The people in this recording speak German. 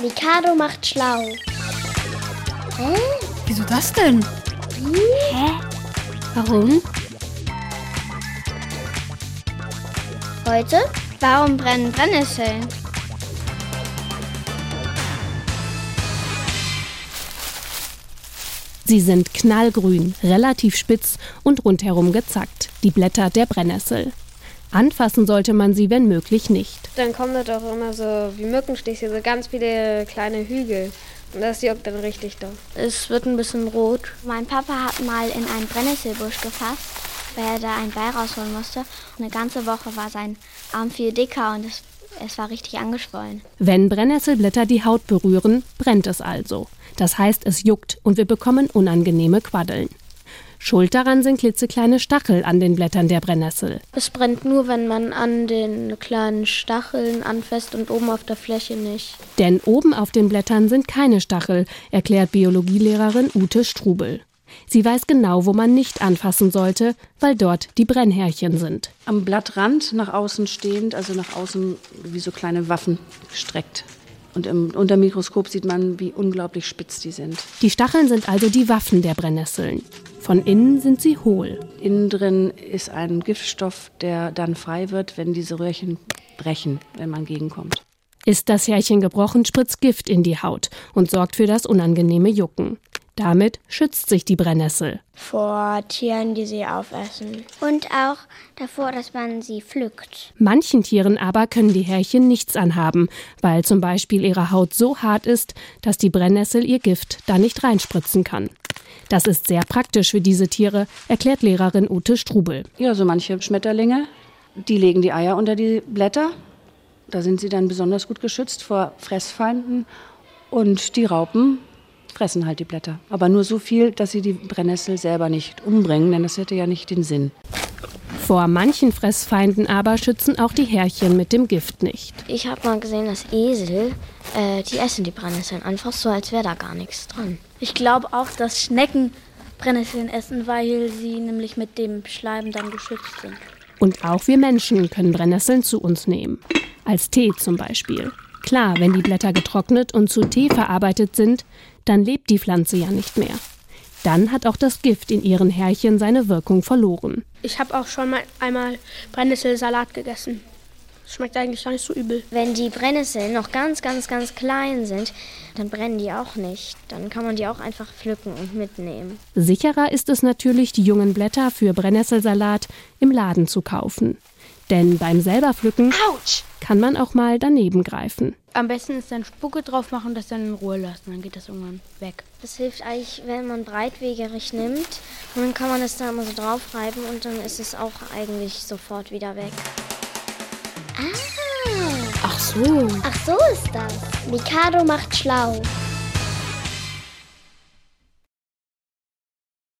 Mikado macht schlau. Hä? Wieso das denn? Hä? Warum? Heute? Warum brennen Brennnesseln? Sie sind knallgrün, relativ spitz und rundherum gezackt, die Blätter der Brennnessel. Anfassen sollte man sie, wenn möglich, nicht. Dann kommen da doch immer so wie Mückenstiche, so ganz viele kleine Hügel. Und das juckt dann richtig doll. Es wird ein bisschen rot. Mein Papa hat mal in einen Brennnesselbusch gefasst, weil er da einen Ball rausholen musste. Eine ganze Woche war sein Arm viel dicker und es, es war richtig angeschwollen. Wenn Brennnesselblätter die Haut berühren, brennt es also. Das heißt, es juckt und wir bekommen unangenehme Quaddeln. Schuld daran sind klitzekleine Stachel an den Blättern der Brennnessel. Es brennt nur, wenn man an den kleinen Stacheln anfasst und oben auf der Fläche nicht. Denn oben auf den Blättern sind keine Stachel, erklärt Biologielehrerin Ute Strubel. Sie weiß genau, wo man nicht anfassen sollte, weil dort die Brennhärchen sind. Am Blattrand nach außen stehend, also nach außen wie so kleine Waffen gestreckt. Und im, unter dem Mikroskop sieht man, wie unglaublich spitz die sind. Die Stacheln sind also die Waffen der Brennnesseln. Von innen sind sie hohl. Innen drin ist ein Giftstoff, der dann frei wird, wenn diese Röhrchen brechen, wenn man gegenkommt. Ist das Härchen gebrochen, spritzt Gift in die Haut und sorgt für das unangenehme Jucken. Damit schützt sich die Brennnessel. Vor Tieren, die sie aufessen. Und auch davor, dass man sie pflückt. Manchen Tieren aber können die Härchen nichts anhaben, weil zum Beispiel ihre Haut so hart ist, dass die Brennnessel ihr Gift da nicht reinspritzen kann. Das ist sehr praktisch für diese Tiere, erklärt Lehrerin Ute Strubel. Ja, so manche Schmetterlinge, die legen die Eier unter die Blätter. Da sind sie dann besonders gut geschützt vor Fressfeinden. Und die Raupen, fressen halt die Blätter. Aber nur so viel, dass sie die Brennnessel selber nicht umbringen, denn das hätte ja nicht den Sinn. Vor manchen Fressfeinden aber schützen auch die Härchen mit dem Gift nicht. Ich habe mal gesehen, dass Esel, äh, die essen die Brennnesseln einfach so, als wäre da gar nichts dran. Ich glaube auch, dass Schnecken Brennnesseln essen, weil sie nämlich mit dem Schleim dann geschützt sind. Und auch wir Menschen können Brennnesseln zu uns nehmen. Als Tee zum Beispiel. Klar, wenn die Blätter getrocknet und zu Tee verarbeitet sind, dann lebt die Pflanze ja nicht mehr. Dann hat auch das Gift in ihren Härchen seine Wirkung verloren. Ich habe auch schon mal einmal Brennnesselsalat gegessen. Schmeckt eigentlich gar nicht so übel. Wenn die Brennnesseln noch ganz, ganz, ganz klein sind, dann brennen die auch nicht. Dann kann man die auch einfach pflücken und mitnehmen. Sicherer ist es natürlich, die jungen Blätter für Brennnesselsalat im Laden zu kaufen. Denn beim selber pflücken Autsch! kann man auch mal daneben greifen. Am besten ist dann Spucke drauf machen und das dann in Ruhe lassen. Dann geht das irgendwann weg. Das hilft eigentlich, wenn man breitwegerig nimmt. Und dann kann man das da immer so draufreiben und dann ist es auch eigentlich sofort wieder weg. Ah, Ach so. ach so ist das. Mikado macht schlau.